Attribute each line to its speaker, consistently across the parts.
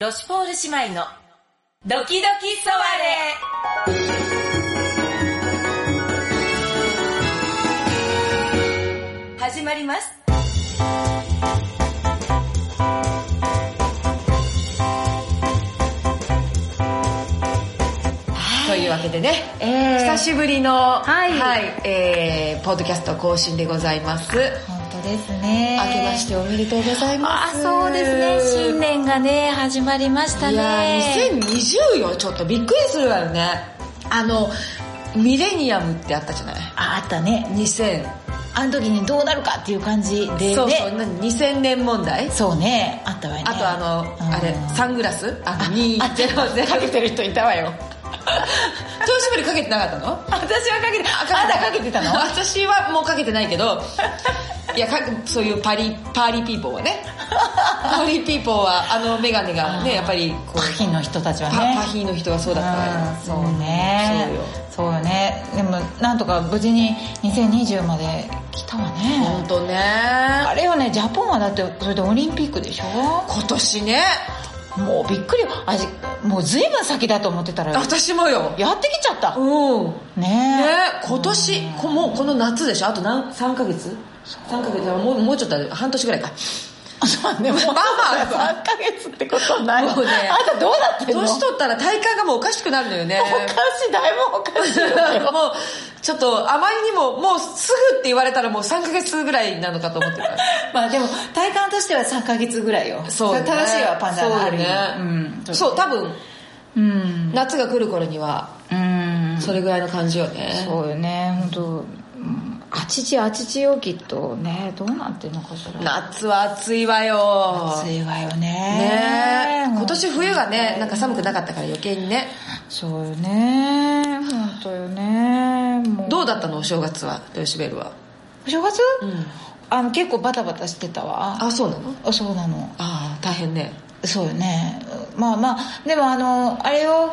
Speaker 1: ロシュポール姉妹のドキドキソワレ始まります
Speaker 2: というわけでね、
Speaker 3: えー
Speaker 2: 久しぶりの、
Speaker 3: はい
Speaker 2: えーポッドキャスト更新でございます、
Speaker 3: 本当ですね
Speaker 2: 明けましておめでとうございま
Speaker 3: あ
Speaker 2: す
Speaker 3: そうですね新年がね始まりました
Speaker 2: いや
Speaker 3: ね
Speaker 2: ー2020よちょっとびっくりするわよねあのミレニアムってあったじゃない
Speaker 3: ああったね
Speaker 2: 2000
Speaker 3: あの時にどうなるかっていう感じでね
Speaker 2: そうそう何2000年問題
Speaker 3: そうねあったわよね
Speaker 2: あとあの、
Speaker 3: うん
Speaker 2: あれサングラスあの
Speaker 3: あ
Speaker 2: 200かけてる人いたわよ 調子ぶりかけてなかったの
Speaker 3: 私はかけてあ
Speaker 2: あ
Speaker 3: なたかけてたの
Speaker 2: 私はもうかけてないけどいやかそういうパリパーリーピーポーはね パーリーピーポーはあの眼鏡がねやっぱりこう
Speaker 3: パフィンの人たちは
Speaker 2: パ
Speaker 3: ね
Speaker 2: パヒーの人がそうだったわよ
Speaker 3: うんそうね
Speaker 2: そうよ
Speaker 3: そうよねでもなんとか無事に2020まで来たわね
Speaker 2: 本当ね
Speaker 3: あれよねジャポンはだってそれでオリンピックでしょ
Speaker 2: 今年ね
Speaker 3: もうびっくりあじもうずいぶん先だと思ってたらや
Speaker 2: 私もよ
Speaker 3: ってきちゃった
Speaker 2: うん
Speaker 3: ね
Speaker 2: ね
Speaker 3: え
Speaker 2: 今年こもうこの夏でしょあと何3ヶ月3ヶ月もうもうちょっとだ半年ぐらいか
Speaker 3: そうねもう
Speaker 2: まあまあ
Speaker 3: 3ヶ月ってことない
Speaker 2: もうね
Speaker 3: あんたどうなってんの
Speaker 2: 年取ったら体感がもうおかしくなるのよね
Speaker 3: おかしいだいぶおかしいよ
Speaker 2: もうちょっとあまりにももうすぐって言われたらもう3ヶ月ぐらいなのかと思ってた
Speaker 3: まあでも体感としては3ヶ月ぐらいよ
Speaker 2: そう、ね、
Speaker 3: れ正しいわパンダのある意味
Speaker 2: そう,、ね
Speaker 3: うん
Speaker 2: そう多分
Speaker 3: うん
Speaker 2: 夏が来る頃には
Speaker 3: うん
Speaker 2: それぐらいの感じよね、
Speaker 3: そうよね本当うんあちちあちちよきっとねどうなってんのかしら
Speaker 2: 夏は暑いわよ
Speaker 3: 暑いわよね
Speaker 2: ねえ今年冬がねなんか寒くなかったから余計にね
Speaker 3: そうよね本当よねもう
Speaker 2: どうだったのお正月は豊シベルは
Speaker 3: お正月、
Speaker 2: ん
Speaker 3: あの結構バタバタしてたわ
Speaker 2: あそうなの
Speaker 3: あそうなの
Speaker 2: ああ大変ね
Speaker 3: そうよねまあまあでもあのあれを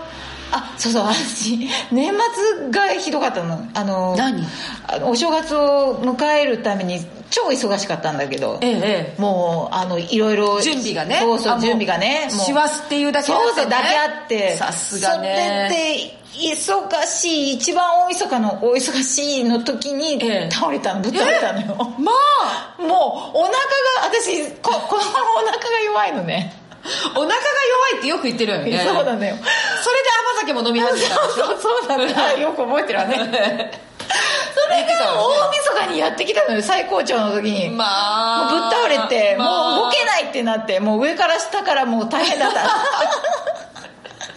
Speaker 3: あそうそう私年末がひどかったのあの
Speaker 2: 何
Speaker 3: あのお正月を迎えるために超忙しかったんだけど
Speaker 2: えええ
Speaker 3: もうあのいろいろ
Speaker 2: 準備がね
Speaker 3: そう
Speaker 2: あ
Speaker 3: そう
Speaker 2: もう
Speaker 3: 準備がねもう
Speaker 2: 師走っていうだけあってね
Speaker 3: そうそうだけあって
Speaker 2: さすがね
Speaker 3: それで忙しい一番大晦日の大忙しいの時に
Speaker 2: ええ
Speaker 3: 倒れたのぶっ倒れたのよ、
Speaker 2: えまあ
Speaker 3: もうお腹が私こ このお腹が弱いのね
Speaker 2: お腹が弱いってよく言ってるよね
Speaker 3: そうなの
Speaker 2: それ
Speaker 3: よ
Speaker 2: で甘酒も飲み始めたんでしょ
Speaker 3: そうそうなのよあよく覚えてるわねそれが大晦日にやってきたのよ最高潮の時 に
Speaker 2: ま
Speaker 3: も
Speaker 2: あ
Speaker 3: うぶっ倒れて、
Speaker 2: まあ
Speaker 3: もう動けないってなってもう上から下からもう大変だった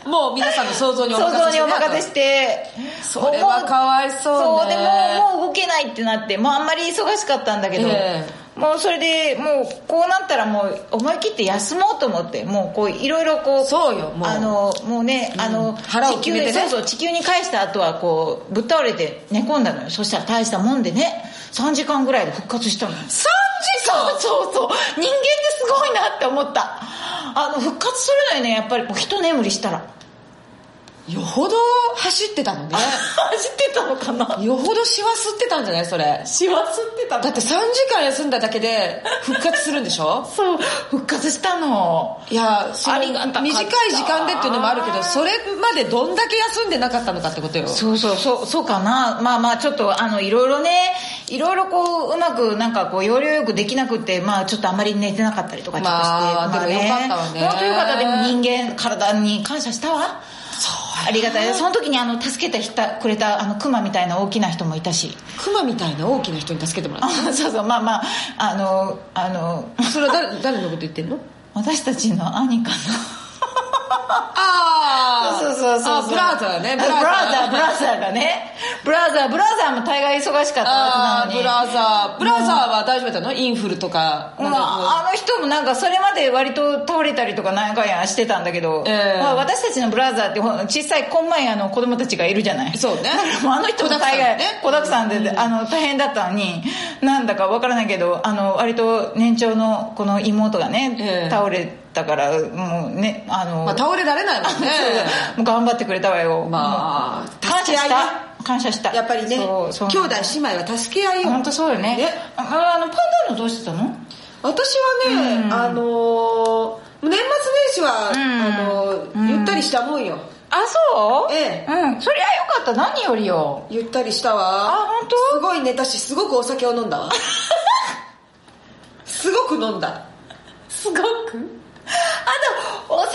Speaker 2: もう皆さんの想像にお
Speaker 3: 想像
Speaker 2: 任せ
Speaker 3: にお任せ
Speaker 2: し
Speaker 3: してて
Speaker 2: それはかわいそうね
Speaker 3: そうでもうもう動けないってなってもうあんまり忙しかったんだけど、
Speaker 2: え
Speaker 3: もうそれでもうこうなったらもう思い切って休もうと思ってもうこういろいろこう
Speaker 2: そうよもう
Speaker 3: あのもうね、あの
Speaker 2: 腹を決めてね
Speaker 3: 地球にそうそう地球に返した後はこうぶっ倒れて寝込んだのよそしたら大したもんでね3時間ぐらいで復活したのよ
Speaker 2: 3時間
Speaker 3: そうそうそう人間ってすごいなって思ったあの復活するのよねやっぱりこう一眠りしたら
Speaker 2: よほど走ってたのね
Speaker 3: 走ってたのかな
Speaker 2: よほどシワ吸ってたんじゃないそれ
Speaker 3: しわすってた
Speaker 2: だって3時間休んだだけで復活するんでしょ
Speaker 3: そう復活したの
Speaker 2: いやその
Speaker 3: ありがたかった
Speaker 2: 短い時間でっていうのもあるけどそれまでどんだけ休んでなかったのかってことよ
Speaker 3: そうそうそうそうかなまあまあちょっとあのいろいろねいろいろこううまくなんかこう要領よくできなくってまあちょっとあまり寝てなかったりとかちょっとして
Speaker 2: まあでもよかったわね
Speaker 3: 本当よかったでも人間体に感謝したわありがたいその時にあの助けてきたくれたあのクマみたいな大きな人もい たし
Speaker 2: クマみたいな大きな人に助けてもらっ
Speaker 3: あそうそうまあまああのあの
Speaker 2: たそれは誰誰のこと言ってんの
Speaker 3: 私たちの兄かな
Speaker 2: あ
Speaker 3: そうそうそうそ
Speaker 2: あ
Speaker 3: う
Speaker 2: ブラザーね
Speaker 3: あブラザーブラザーがねブラザーブラザーも大概忙しかったは
Speaker 2: あ
Speaker 3: ずなの
Speaker 2: ー
Speaker 3: に
Speaker 2: ブラザーブラザーは大丈夫だったのインフルとか
Speaker 3: ま
Speaker 2: なんかこう
Speaker 3: あ、あの人もなんかそれまで割と倒れたりとかなんかやしてたんだけど、
Speaker 2: ええ
Speaker 3: まあ、私たちのブラザーってほん小さいこんまいあの子供たちがいるじゃない
Speaker 2: そうね
Speaker 3: だから もうあの人も大概
Speaker 2: 子
Speaker 3: 子
Speaker 2: だ
Speaker 3: だ
Speaker 2: く
Speaker 3: く
Speaker 2: さ
Speaker 3: さ
Speaker 2: ん
Speaker 3: ん
Speaker 2: で
Speaker 3: で、
Speaker 2: ね
Speaker 3: あの大変だったのになんだかわからないけどあの割と年長のこの妹がね、
Speaker 2: ええ
Speaker 3: 倒れたからもうねあの、
Speaker 2: ま あ、倒れら れないもんね
Speaker 3: もう頑張ってくれたわよ、
Speaker 2: まあ
Speaker 3: もう感謝
Speaker 2: 助
Speaker 3: し
Speaker 2: け合い
Speaker 3: た感謝した
Speaker 2: やっぱりね
Speaker 3: そうそう
Speaker 2: 兄弟姉妹は助け合いよ
Speaker 3: 本当そうよね
Speaker 2: ね
Speaker 3: ああのパンダのどうしてたの
Speaker 2: 私はね、あのー
Speaker 4: 年末年始は、
Speaker 3: うん
Speaker 4: あの
Speaker 3: うん
Speaker 4: ゆったりしたもんよ
Speaker 3: あそう
Speaker 4: ええ
Speaker 3: うんそりゃよかった何よりよ
Speaker 4: ゆったりしたわ
Speaker 3: あ本当
Speaker 4: すごい寝たしすごくお酒を飲んだわすごく飲んだ
Speaker 3: すごくあでもお酒好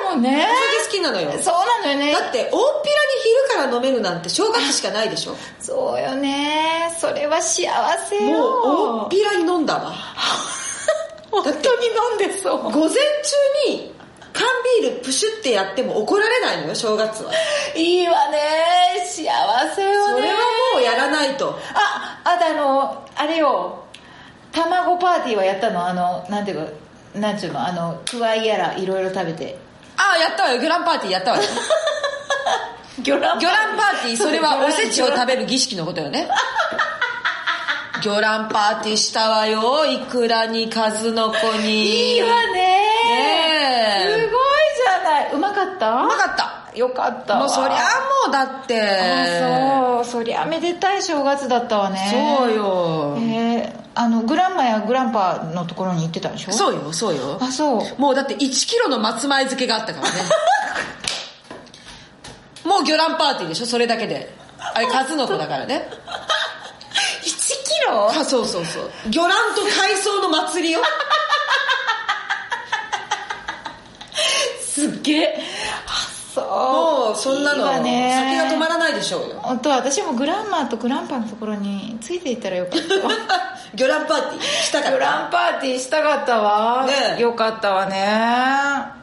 Speaker 3: きだもんね
Speaker 4: お酒好きなのよだ
Speaker 3: そうなのよね
Speaker 4: って大っぴらに昼から飲めるなんて正月しかないでしょも
Speaker 3: そうよねそれは幸せよ
Speaker 4: う大っぴらに飲んだわ
Speaker 3: 本当に飲んでそう
Speaker 4: 午前中に缶ビールプシュってやっても怒られないのよ正月はい
Speaker 3: いわね幸せよ
Speaker 4: そ
Speaker 3: ね
Speaker 4: れはもうやらないと
Speaker 3: ああとあのあれよ卵パーティーはやったのあのなんていうかなんていうのあのくわいやらいろいろ食べて
Speaker 2: あやったわよ魚卵パーティーやったわ よ
Speaker 3: 魚卵
Speaker 2: 魚卵パーティーそれはおせちを食べる儀式のことよね魚卵パーティーしたわよいくらに数の子に
Speaker 3: いいわね
Speaker 2: ねえ
Speaker 3: すごいじゃないうまかった
Speaker 2: うまかった
Speaker 3: よかったわ
Speaker 2: もうそりゃもうだって
Speaker 3: あそうそりゃめでたい正月だったわね
Speaker 2: そうよ
Speaker 3: えーあのグランマやグランパのところに行ってたでしょう
Speaker 2: そうよそうよ
Speaker 3: あそう
Speaker 2: もうだって1キロの松前漬けがあったから ねもう魚卵パーティーでしょそれだけであれ数の子だからね
Speaker 3: 1キロ
Speaker 2: あそうそうそう
Speaker 4: 魚卵と海藻の祭りよ
Speaker 3: すっげえあそう
Speaker 4: もうそんなの
Speaker 3: いいわね
Speaker 4: 酒が止まらないでしょうよ
Speaker 3: 本当私もグランマとグランパのところについていったらよかったわ
Speaker 4: 魚卵パーティーしたか
Speaker 3: グ
Speaker 4: ら
Speaker 3: ランパーティーしたかったわ、
Speaker 4: ねえ
Speaker 3: よかったわね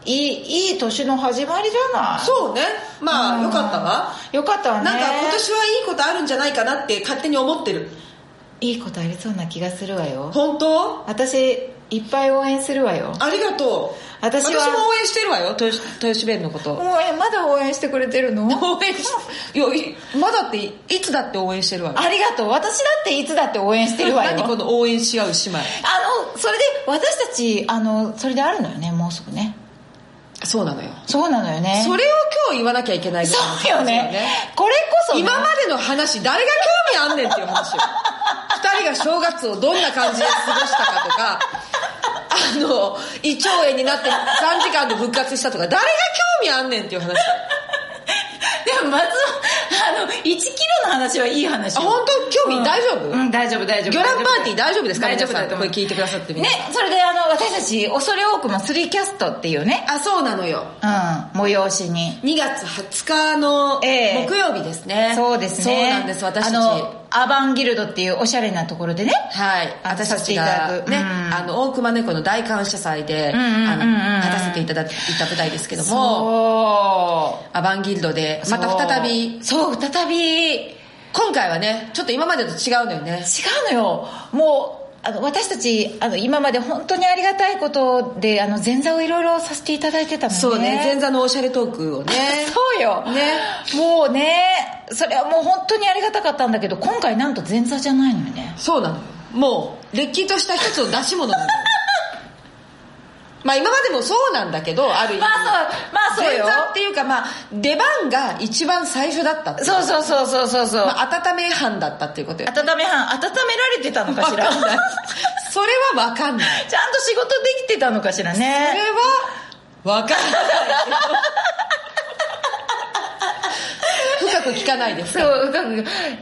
Speaker 3: いいいい年の始まりじゃない
Speaker 4: そうねま
Speaker 3: うん
Speaker 4: あよかったわ
Speaker 3: よかったわね
Speaker 4: なんか今年はいいことあるんじゃないかなって勝手に思ってる
Speaker 3: いいことありそうな気がするわよ
Speaker 4: 本当
Speaker 3: 私いっぱい応援するわよ
Speaker 4: ありがとう
Speaker 3: 私は
Speaker 4: も応援してるわよ
Speaker 2: 豊洲豊洲弁のこと
Speaker 3: 応援まだ応援してくれてるの
Speaker 2: 応援し いやいまだっていいつだって応援してるわよ
Speaker 3: ありがとう私だっていつだって応援してる わよ
Speaker 2: 何この応援し合う姉妹
Speaker 3: あのそれで私たちあのそれであるのよねもうすぐね
Speaker 2: そうなのよ
Speaker 3: そうなのよね
Speaker 2: それを今日言わなきゃいけないぐらいの
Speaker 3: そうよねこれこそ、ね、
Speaker 2: 今までの話誰が興味あんねんっていう 話よ二人が正月をどんな感じで過ごしたかとかあの胃腸炎になって3時間で復活したとか誰が興味あんねんっていう話
Speaker 3: でもまずあの1キロの話はいい話
Speaker 2: あ本当興味大丈夫
Speaker 3: うん大丈夫大丈夫
Speaker 2: 魚卵パーティー大丈夫ですか
Speaker 3: 大丈
Speaker 2: 皆
Speaker 3: 夫
Speaker 2: さ
Speaker 3: だ
Speaker 2: ん
Speaker 3: と
Speaker 2: こ
Speaker 3: 思う
Speaker 2: れ聞いてくださってみ
Speaker 3: ねそれであの私たち恐れ多くもスリーキャストっていうね
Speaker 2: あそうなのよ
Speaker 3: うん催しに
Speaker 2: 2月20日の
Speaker 3: ええ
Speaker 2: 木曜日ですね、
Speaker 3: そうですね
Speaker 2: そうなんです私たち
Speaker 3: あのアバンギルドっていうおしゃれなところでね
Speaker 2: はい、
Speaker 3: あの
Speaker 2: 私たちが
Speaker 3: させていただく
Speaker 2: ね、
Speaker 3: うん
Speaker 2: あの大熊猫の大感謝祭で、
Speaker 3: うんうんうんうん
Speaker 2: あの果たせていただいた舞台ですけども
Speaker 3: そ
Speaker 2: アバンギルドで
Speaker 3: う
Speaker 2: また再び
Speaker 3: そうそう再び違う
Speaker 2: 今回はねちょっと今までと違うのよね
Speaker 3: のよもうあの私たちあの今まで本当にありがたいことであの前座をいろいろさせていただいてたのね
Speaker 2: そうね前座のおしゃれトークをね
Speaker 3: そうよ、
Speaker 2: ね
Speaker 3: もうねそれはもう本当にありがたかったんだけど今回なんと前座じゃないのよね
Speaker 2: そうなのよもうれっきとした一つの出し物な のよまあ今までもそうなんだけどある意味
Speaker 3: まあそうまあそうよ
Speaker 2: 前座っていうかまあ出番が一番最初だったっていう
Speaker 3: そうそうそうそうそうそう、
Speaker 2: まあ、温め班だったっていうことよ
Speaker 3: 温めはん温められてたのか しら
Speaker 2: わかんないそれはわかんない
Speaker 3: ちゃんと仕事できてたのかしら
Speaker 2: それ
Speaker 3: ね。
Speaker 2: はわかんないけど深く聞かないです
Speaker 3: そう、うかく。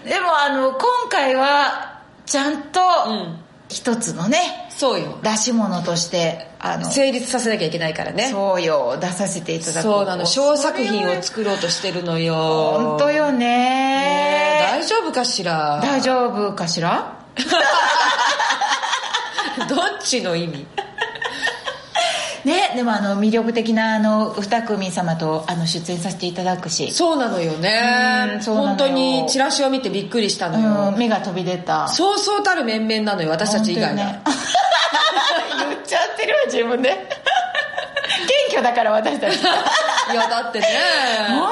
Speaker 3: でもあの、今回は、ちゃんと
Speaker 2: うん、
Speaker 3: 一つのね、
Speaker 2: そうよ
Speaker 3: 出し物として、あの、
Speaker 2: 成立させなきゃいけないからね
Speaker 3: そうよ、出させていただく。
Speaker 2: そうなの小作品を作ろうとしてるのよ
Speaker 3: 本当よ
Speaker 2: ねえ
Speaker 3: ね。
Speaker 2: 大丈夫かしら
Speaker 3: 大丈夫かしら
Speaker 2: どっちの意味
Speaker 3: ね、でもあの、魅力的なあの、二組様と、あの、出演させていただくし、
Speaker 2: そうなのよね
Speaker 3: うんそうなのよ
Speaker 2: 本当にチラシを見てびっくりした
Speaker 3: う
Speaker 2: のよ、
Speaker 3: ん、目が飛び出た。
Speaker 2: そうそうたる面々なのよ私たち以外が、
Speaker 3: 本当よね 言っちゃってるわ、自 分で。謙虚だから私たち。
Speaker 2: いやだ ってね
Speaker 3: 本当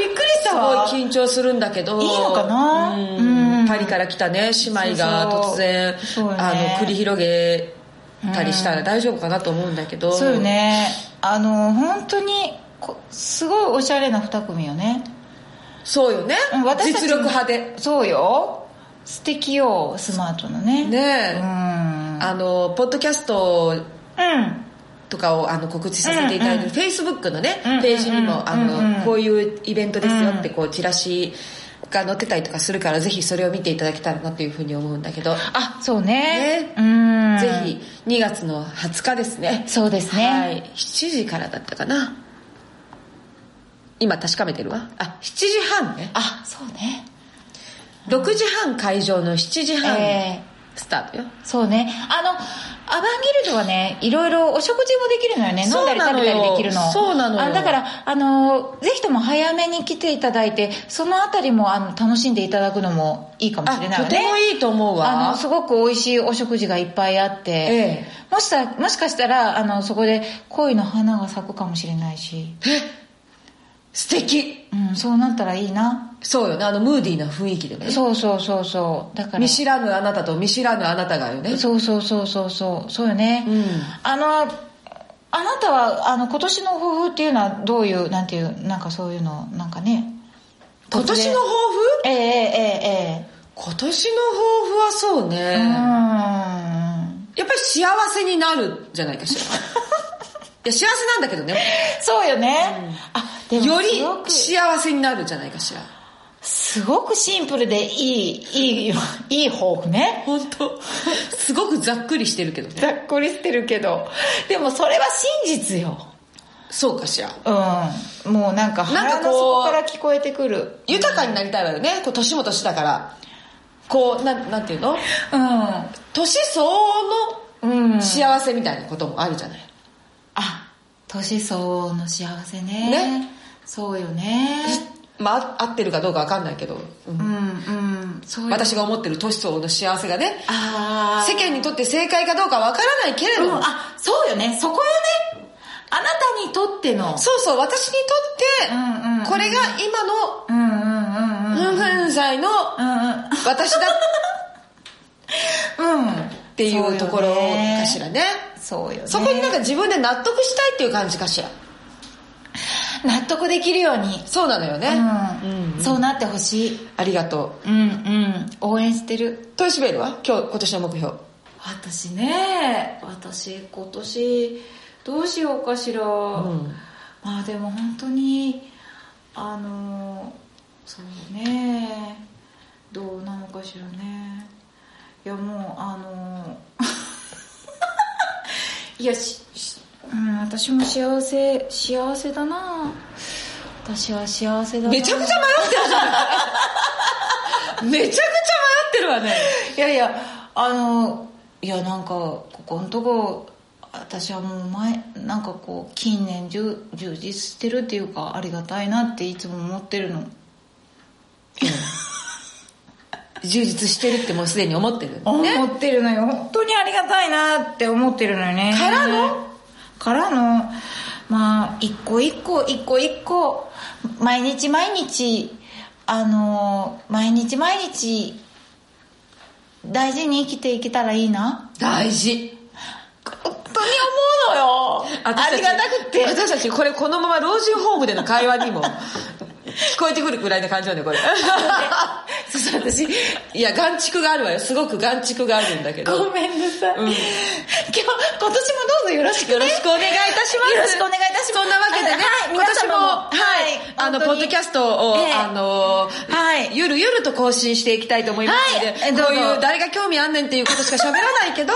Speaker 3: よびっくりし
Speaker 2: す
Speaker 3: た
Speaker 2: ごい
Speaker 3: わ
Speaker 2: 緊張するんだけど
Speaker 3: いいのかな
Speaker 2: うん
Speaker 3: うん
Speaker 2: パリから来たね姉妹が
Speaker 3: そうそう
Speaker 2: 突然
Speaker 3: そうよね
Speaker 2: あの繰り広げたりしたら大丈夫かなと思うんだけど
Speaker 3: そうよねあの本当にこすごいおしゃれな2組よね
Speaker 2: そうよね
Speaker 3: うん私たち
Speaker 2: 実力派で
Speaker 3: そうよ素敵よスマートなね
Speaker 2: ね
Speaker 3: う
Speaker 2: え
Speaker 3: ん
Speaker 2: あのポッドキャスト
Speaker 3: うん
Speaker 2: ととかをあの告知させていただいてる、Facebook のね、
Speaker 3: うん
Speaker 2: ページにも、
Speaker 3: うん
Speaker 2: あ
Speaker 3: うん
Speaker 2: の、こういうイベントですよって、こう、チラシが載ってたりとかするから、ぜひそれを見ていただけたらなというふうに思うんだけど、
Speaker 3: あそうね
Speaker 2: ね
Speaker 3: うん
Speaker 2: ぜひ、2月の20日ですね。
Speaker 3: そうですね
Speaker 2: はい。7時からだったかな。今確かめてるわ。あ、7時半ね。
Speaker 3: あそうね
Speaker 2: 6時半会場の7時半
Speaker 3: え
Speaker 2: スタートよ。
Speaker 3: そうねあのアバンギルドはねいろいろお食事もできるのよね飲んだり
Speaker 2: そうな
Speaker 3: 食
Speaker 2: の
Speaker 3: べ
Speaker 2: よ
Speaker 3: たりできるの
Speaker 2: そうなのよ
Speaker 3: あだからあのぜひとも早めに来ていただいてそのあたりもあの楽しんでいただくのもいいかも
Speaker 2: あ、
Speaker 3: しれないよ
Speaker 2: と
Speaker 3: ね
Speaker 2: てもいいと思うわ。
Speaker 3: あのすごく美味しいお食事がいっぱいあって、
Speaker 2: ええ
Speaker 3: もしさもしかしたらあのそこで恋の花が咲くかもしれないし、
Speaker 2: 素敵
Speaker 3: うん、そうなったらいいな
Speaker 2: そうよねあのムーディーな雰囲気でね
Speaker 3: そうそうそうそうだから
Speaker 2: 見知らぬあなたと見知らぬあなたがよね
Speaker 3: そうそうそうそうそうそうよね、
Speaker 2: うん
Speaker 3: あのあなたはあの今年の抱負っていうのはどういうなんていうなんかそういうのなんかね
Speaker 2: 今年の抱負
Speaker 3: えええええ
Speaker 2: 今年の抱負はそうね
Speaker 3: えう
Speaker 2: やっ
Speaker 3: ん
Speaker 2: ぱり幸せになるじゃないか しらいや幸せなんだけどね
Speaker 3: そうよね、あでも
Speaker 2: より
Speaker 3: すごく
Speaker 2: 幸せになるじゃないかしら
Speaker 3: すごくシンプルでいい、いい、いい抱負ね。
Speaker 2: 本当すごくざっくりしてるけどね
Speaker 3: ざっくりしてるけど。でもそれは真実よ。
Speaker 2: そうかしら
Speaker 3: うん。もうなんか
Speaker 2: な
Speaker 3: 腹
Speaker 2: ん
Speaker 3: の
Speaker 2: かこう
Speaker 3: 底から聞こえてくる。
Speaker 2: 豊かになりたいわよねこう年も年だからこうなんなんていうの
Speaker 3: うん。
Speaker 2: 年相応
Speaker 3: うん
Speaker 2: の幸せみたいなこともあるじゃない、
Speaker 3: あ、年相応の幸せね。
Speaker 2: ね
Speaker 3: そうよね。
Speaker 2: まあ、合ってるかどうかわかんないけど、うん
Speaker 3: うん、うん。そうよ。
Speaker 2: 私が思ってる年相応の幸せがね、
Speaker 3: あ
Speaker 2: 世間にとって正解かどうかわからないけれ
Speaker 3: あ、
Speaker 2: ど
Speaker 3: う
Speaker 2: も、
Speaker 3: ん、あ、そうよね。そこよね。あなたにとっての。
Speaker 2: そうそう、私にと
Speaker 3: うんうんう
Speaker 2: っ
Speaker 3: ん
Speaker 2: て、これが今の、
Speaker 3: うんうんうんうん。
Speaker 2: うん、歳の
Speaker 3: うんうん。
Speaker 2: 私だ
Speaker 3: うん。
Speaker 2: っていうところかしらね。
Speaker 3: そうよね。
Speaker 2: そこになんか自分で納得したいっていう感じかしら。
Speaker 3: 納得できるように、
Speaker 2: そうなのよね。
Speaker 3: うんそうなってほしい
Speaker 2: ありがと
Speaker 3: うんうん応援してる
Speaker 2: う。トイシベルは今日、今年の目標。
Speaker 3: 私ね私今年どうしようかしら、
Speaker 2: ん
Speaker 3: まあでも本当にあのそうねどうなのかしらねいやもうあの いやししうん私も幸せ幸せだな私は幸せだな
Speaker 2: めちゃくちゃ迷ってるじゃないめちゃくちゃ迷ってるわね。
Speaker 3: いやいやあのいやなんかここのとこ私はもう前なんかこう近年充充実してるっていうかありがたいなっていつも思ってるの
Speaker 2: 充実してるってもうすでに思ってる。
Speaker 3: 思ってるのよ本当にありがたいなって思ってるのよね
Speaker 2: からの
Speaker 3: からのまあ一個一個一個一個毎日毎日あの毎日毎日大事に生きていけたらいいな
Speaker 2: 大事。
Speaker 3: 本当に思うのよありがたくって
Speaker 2: 私たちこれこのまま老人ホームでの会話にも聞こえてくるぐらいな感じなんだよこれ
Speaker 3: そうそう私
Speaker 2: いや眼蓄があるわよすごく眼蓄があるんだけど
Speaker 3: ごめんなさい、
Speaker 2: うん
Speaker 3: 今日今年もどうぞよろしく ね
Speaker 2: よろしくお願いいたします
Speaker 3: よろしくお願いいたします
Speaker 2: そんなわけでね、
Speaker 3: はい
Speaker 2: 今
Speaker 3: 皆
Speaker 2: 年も
Speaker 3: 様も
Speaker 2: はいあのポッドキャ
Speaker 3: ス
Speaker 2: ストを、
Speaker 3: ええ
Speaker 2: あの
Speaker 3: はい
Speaker 2: ゆるゆると更新していきたいと思いますので、
Speaker 3: はい
Speaker 2: こ
Speaker 3: えどうぞ
Speaker 2: ういう誰が興味あんねんっていうことしか喋らない けど、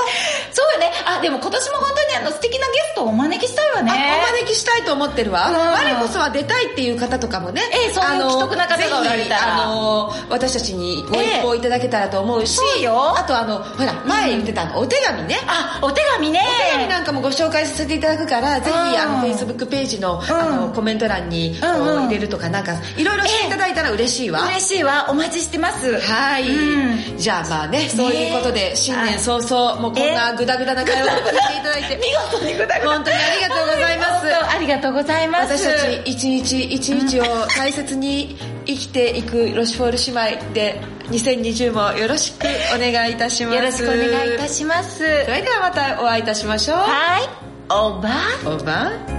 Speaker 3: そうよねあでも今年も本当にあの素敵なゲストをお招きしたいわね
Speaker 2: あお招きしたいと思ってるわ、
Speaker 3: うん
Speaker 2: 我こそは出たいっていう方とかもね、
Speaker 3: ええそういう
Speaker 2: あの
Speaker 3: 既得な方がおられたら
Speaker 2: ぜひあの私たちにご一報いただけたらと思うし、
Speaker 3: ええそうよ
Speaker 2: あとあのほら前言ってたあのお手紙ね、
Speaker 3: あお手紙ね
Speaker 2: お手紙なんかもご紹介させていただくから、ぜひ、あの、
Speaker 3: うん
Speaker 2: Facebook ページの、あの、コメント欄に、こう
Speaker 3: うんうん
Speaker 2: 入れるとか、なんか、いろいろしていただいたら嬉しいわ。
Speaker 3: 嬉しいわお待ちしてます
Speaker 2: はい、
Speaker 3: う
Speaker 2: じゃあまあね、そういうことで、新年早々、もうこんなグダグダな会話を聞いていただいて、
Speaker 3: 見事にくだ
Speaker 2: 本当にありがとうございます。
Speaker 3: 本当ありがとうございます
Speaker 2: 私たち一日一日を大切に生きていくロシュフォール姉妹で2020もよろしくお願いいたします。
Speaker 3: よろしくお願いいた
Speaker 2: し
Speaker 3: します
Speaker 2: それではまたお会いいたしましょう。
Speaker 3: はいおばあ
Speaker 2: おばん。